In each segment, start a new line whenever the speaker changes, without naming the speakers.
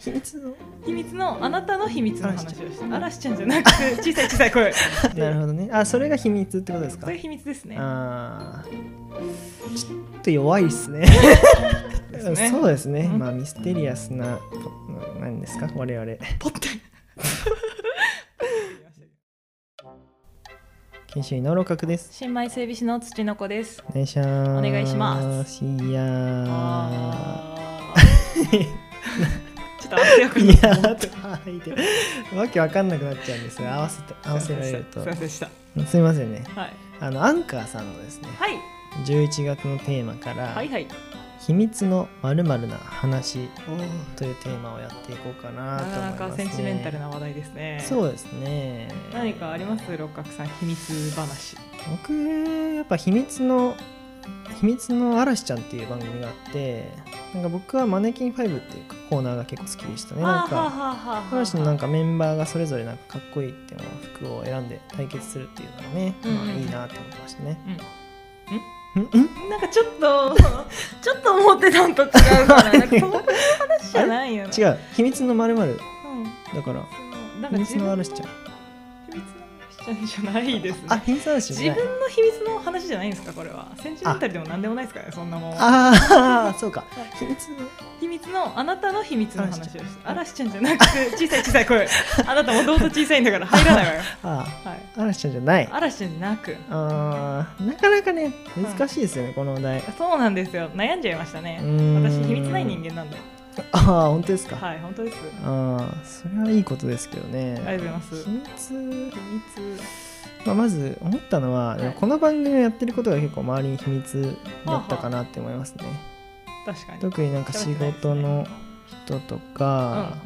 秘密の
秘密のあなたの秘密の話をして
嵐
嵐ちゃんじゃなくて小さい小さい声
なるほどねあそれが秘密ってことですか
そういう秘密ですね
あーちょっと弱いっすね
ですね
そうですね、
うん
まあミステリアスなとなんですか我々
ポッて
研修医の老角です
新米整備士の土の子です
お願いします
お願いします
いやー
あーちょっと汗よく
い
なっ
やーと吐いてわけわかんなくなっちゃうんですが合わせて合わせられると
すいませんでした
すいませんね
はい
あのアンカーさんのですね
はい
11月のテーマから、
はいはい
秘密のまるな話
おー
というテーマをやっていこうかな
な
と思い
か
ます、ね、
なかセンチメンタルな話題ですね
そうですね
何かあります六角さん秘密話
僕やっぱ秘密の秘密の嵐ちゃんっていう番組があってなんか僕はマネキン5っていうコーナーが結構好きでしたねなん
はあは
か
あはあはあ
嵐のなんかメンバーがそれぞれなんかかっこいいっていうのを服を選んで対決するっていうのがね、
うんうん
まあいいなって思いましたね
うん
うんうん
なんかちょっと ちょっと思ってたんと違うからなんかそんな話じゃないよね
違う秘密のまる
う
だ
ん
から
そのなん
秘
か
密
自
の
分の
嵐ちゃん
秘密の話じゃないです
あ
ね
秘密の嵐
自
じゃない
分の秘密の話じゃないんですかこれはセンチメンタルでもなんでもないですからねそんなもん
ああそうか秘密の
秘密のあなたの秘密の話をして
嵐
嵐ちゃんじゃな くて小さい小さい声あなたもともと小さいんだから入らないわよ、
あ
はい、
あ嵐ちゃんじゃない
嵐ちゃんじゃなく
あーなかなかね難しいですよね、このお題
そうなんですよ悩んじゃいましたね
うーん
私秘密ない人間なんで
ああ本当ですか、
はい本当です
ああそれはいいことですけどね
ありがとうございます
秘密、
秘密
まあ、まず思ったのは、
い
でもこの番組をやってることが結構周りに秘密だったかなって思いますね
確かに
特になんか仕事の人とか、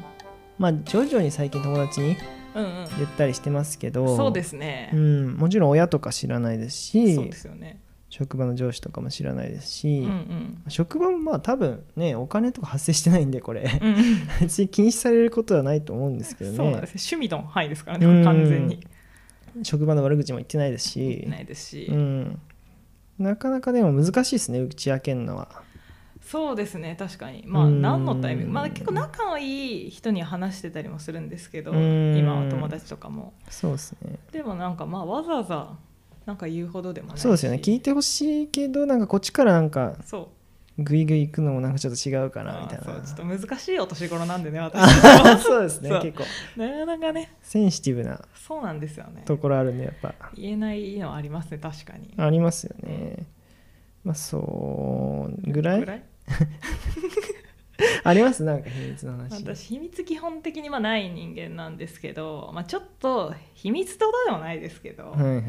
まあ徐々に最近友達に
うんうん
言ったりしてますけど
そうですすね
う。ん、もちろん親とか知らないですし
そうですよね。
職場の上司とかも知らないです
う
し、
んうん。
職場もまあ多分ねお金とか発生してないんでこれ
うんうん
別に禁止されることはないと思うんですけど
そうなん
ね
です趣味の範囲ですから
う
ね
ん
完全に
職場の悪口も言ってないですし
ないですし、
うん、なかなかでも難しいですね打ち明けるのは
そうですね確かにまあ
うん
何のタイミングまあ結構仲のいい人に話してたりもするんですけど
うん
今は友達とかも
そうですね
でもなんかまあわざわざなんか言うほどでもないし
そうですよね聞いてほしいけどなんかこっちからなんか
そう
グイグイ行くのもなんかちょっと違うかなみ
あ
たい
ーそう
な
ちょっと難しいお年頃なんでね 私
そうですね
そう
結構
なかなかね
センシティブな
そうなんですよね
ところあるんでやっぱ
言えないのはありますね確かに
ありますよねまあそうぐらい
ぐらい
ありますなんか秘密の話
私秘密基本的にまあない人間なんですけど、まあ、ちょっと秘密ってことでもないですけど、
はいはい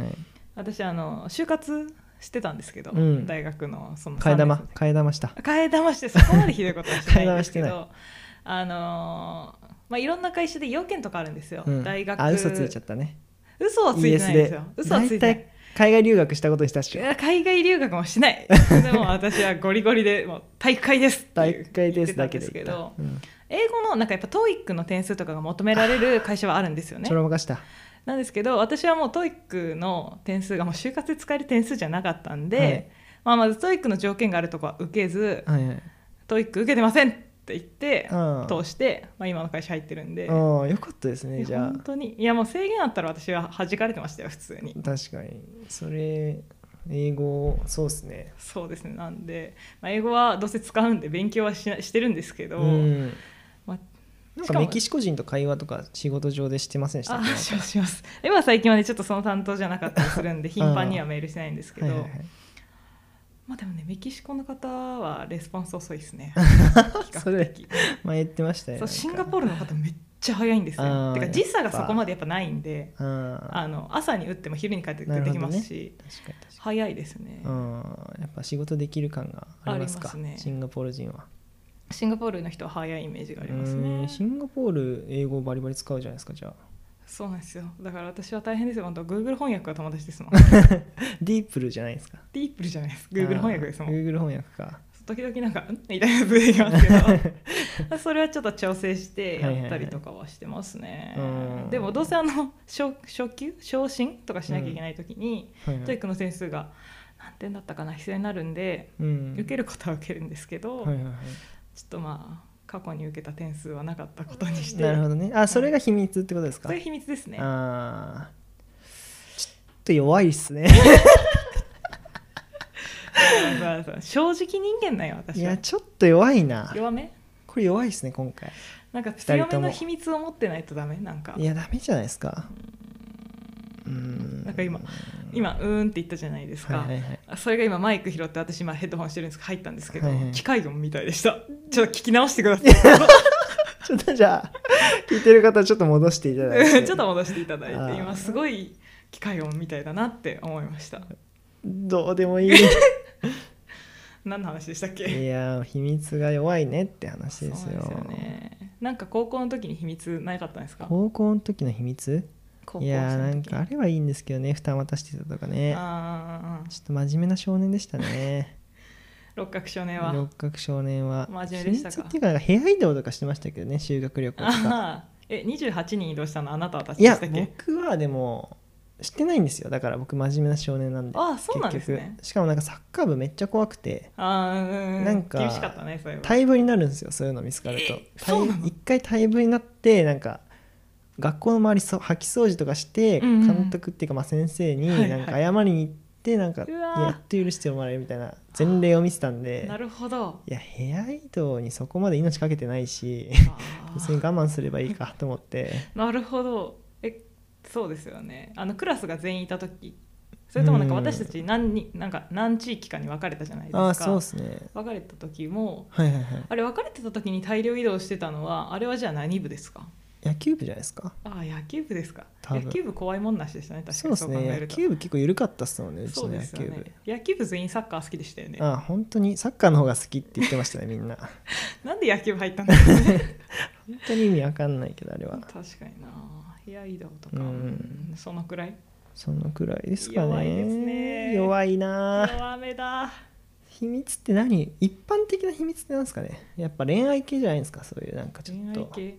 私あの就活してたんですけど、
うん
大学のその
替え玉
三年
替え玉した
生替え玉してそこまでひどいことはしてないんですけ
替え玉
どあのーまあ、いろんな会社で要件とかあるんですよ、
うん
大学
あ嘘ついちゃったね
嘘はついてないですよ嘘はついてな
大
い
体海外留学したことにしたっし
い
ょ
や海外留学もしな いでも私はゴリゴリでもう大会ですっていう
大会ですだけで
言って
言
た
っ
ん
た
ですけど
うん
英語のなんかやっぱ TOEIC の点数とかが求められる会社はあるんですよね
ちょ。ろまかした
なんですけど私はもう TOEIC の点数がもう就活で使える点数じゃなかったんで、
はい
まあ、まず TOEIC の条件があるとこは受けず
はいはい
TOEIC 受けてませんって言って
うん
通して、まあ、今の会社入ってるんで。
ああよかったですね
い
じ
や
ゃあ
本当にいやもう制限あったら私は弾かれてましたよ普通に
確かにそれ英語そうですね
そうですねなんで、まあ、英語はどうせ使うんで勉強はしなしてるんですけど、
うん
まあ
なん
し
か
かも
メキシコ人と会話とか仕事上でしてませんでした
あ
っけなんか
しますします今は最近はねちょっとその担当じゃなかったりするんで頻繁にはメールしてないんですけど、
はいはいはい
まあでもねメキシコの方はレスポンス遅いで すね比較的
それ前言ってましたよ
そうシンガ
ー
ポールの方めっちゃ早いんです
あ
よ
ー
てか
やっぱ
時差がそこまでやっぱないんで
ああ
あの朝に打っても昼に帰って出てきますし、
確かに確か
早いですね
にうんやっぱ仕事できる感がありますか
ありますね
シンガポール人は
シンガポールの人は早いイメージがあります
う
ね
んシンガポール英語バリバリ使うじゃないですかじゃあ
そうなんですよだから私は大変ですよ本当 Google 翻訳が友達 ですもん
ディープルじゃないですか
ディープルじゃないです Google 翻訳ですも
あー
ん
Google 翻訳か
時々なんか「ん?」みたいな部できますけ どそれはちょっと調整してやったりとかはしてますね、
はいはいはいうん
でもどうせあの昇昇級昇進とかしなきゃいけない時に、
はいは
トイ
い
ックの点数が何点だったかな必要になるんで、
うん
受けることは受けるんですけ
は
ど、
いはいはい
ちょっとまあ過去に受けた点数はなかったことにして
なるほどねあそれが秘密ってことですか、
そういう秘密ですね
あーちょっと弱いっすね
そうそうそう正直人間だよ
い
私は
やちょっと弱いな
弱め
これ弱いっすね今回
なんか
人とも
強めの秘密を持ってないとダメなんか
いやダメじゃないですかうーん
なんか今今うーんって言ったじゃないですか、
はいはいはい
あそれが今マイク拾って私今ヘッドホンしてるんですけど入ったんですけど、
はいはい
機械音みたいでしたちょっと聞き直してくださ
ちょっとじゃあ聞いてる方ちょっと戻していただいて
い ちょっと戻していただ
あ
い
ー
て今すごい機械音みたいだなって思いました
どうでもいい
何の話でしたっけ
いやー秘密が弱いねって話
そう
で
です
す
よ
よ
ねなんか高校の時に秘密なかったんですか
高校の時の秘密
高校
いやーなんかあれはいいんですけどね二股してたとかね
あー
ちょっと真面目な少年でしたね
六角少年は
六角少年は
真面目でしたか
秘密っていうかなんか部屋移動とかしてましたけどね修学旅行とか
あー え28人移動したのあなたたち
い
で
や
したっけ
僕はでもしてないんですよだから僕真面目な少年なんで
あーそうなんですね
結局しかもなんかサッカー部めっちゃ怖くて
あーうん
なんか
厳しかったねそれは
退部になるんですよそういうの見つかると退
そうなの
一回退部になってなんか学校の周りそ掃き掃除とかして
うんうん
監督っていうかまあ先生に
はいはい
なんか謝りに行ってなんか「
う
い
わ
や
ー
やっと許してもらえる」みたいな前例を見てたんで
なるほど
いや部屋移動にそこまで命かけてない し
あー
別に我慢すればいいかと思って
なるほどえそうですよねあのクラスが全員いた時それともなんか
うん
私たち何になんか何地域かに分かれたじゃないです
あ
か
あそうっすね
分かれた時も
はいはいはい
あれ別れてた時に大量移動してたのはあれはじゃあ何部ですか
野球部じゃないですか
ああ野球部ですか
多分
野球部怖いもんなしでしたね確か
そうで
に
す
そう考え
ね
る
野
と
球部結構緩かったっすもんねうち
そう
の
で
野
すよ
球部
ね野球部全員サッカー好きでしたよね
ああ本当にサッカーの方が好きって言ってましたねみんな
なんで野球部入ったんだろう ね
本当に意味わかんないけどあれは
確かにな部屋移動とか、
うん
うんそのくらい
そのくらいですかね
弱いですね
弱いなあ
弱めだ
秘密って何一般的な秘密ってなんですかねやっぱ恋愛系じゃないんですかそういうなんかちょ
恋
っ
愛
と
系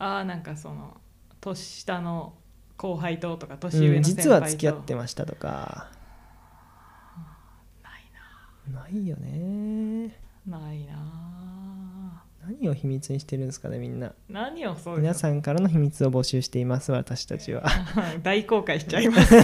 ああなんかその年下の後輩ととか年
う
上
ん
の先輩と、
実は付き合ってましたとか
ない
ないよね
なないな
何を秘密にしてるんですかねみんな
何をそう
皆
ん
さんからの秘密を募集しています私たちは
大公開しちゃいます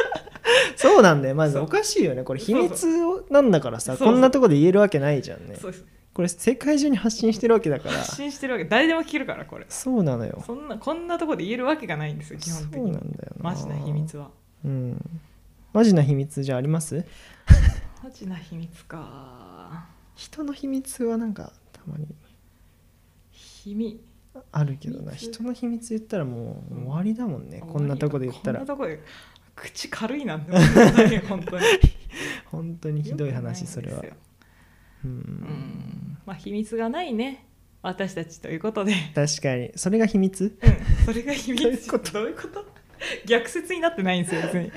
そうなんだよまず
そう
おかしいよねこれ
そ
秘
うそう
密をなんだからさ
そうそう
こんなとこで言えるわけないじゃんね
そうです
これ世界中に発信してるわけだから
発信してるわけ誰でも聞けるからこれ
そうなのよ
そんなこんなとこで言えるわけがないんですよ基
そう
本的
なんだ
に
よな
マジな秘密は
うんマジな秘密じゃあります
マジな秘密か
人の秘密はなんかたまに
秘密
あるけどな
秘密
人の秘密言ったらもう
うん
終わりだもんね、こんなとこで言ったら
こんなとこで口軽いなんて思ってないよ本当に
本当に ひどい話
よく
そ
な
れ
ん
は
ですよ
う
うんんまあ秘密がないね私たちということで、
確かにそれが秘密
うん、それが秘密
どういうこと
どういうこと逆説になってないんですよ別に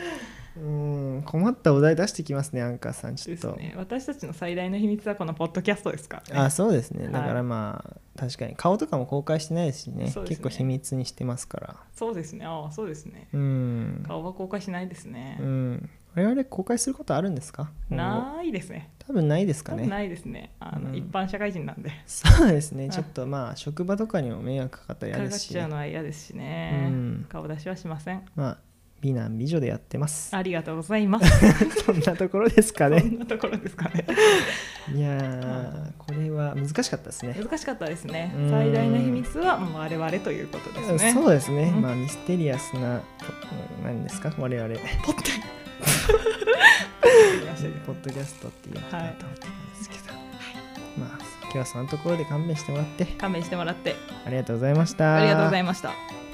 うん困ったお題出してきますねアンカーさんちょ
で
っ
す
と、
ね私たちの最大の秘密はこのポッドキャストですから、ね、
あそうですね
はい
だからまあ、確かに顔とかも公開してないですしね
そうです
結
ね
構秘密にしてますから
そうですねああそうですね
うん
顔は公開しないですね
う、ん我々公開することあるんですかもう
ないですね
多分ないですか
多分
ね
ないですねあの、
うん
一般社会人なんで
そうですね
ん
ちょっとまあ職場とかにも迷惑かかったら
かか
嫌
っ
ですし
ちゃうのは嫌ですしね、
うん
顔出しはしません
まあ美男美女でやってます
ありがとうございます
そんなところですか
そ
ね
んなところですかね
いやーこれは難しかったですね
難しかったですね
うん
最大の秘密はもう我々ということですね
そうですね、
うん
まあミステリアスな何ですか我々
ポ ッて言いましたけど
ポッドキャストっていうのかなと思ってたんですけど、まあ今日はそのところで勘弁してもらって
勘弁してもらって
ありがとうございました
ありがとうございました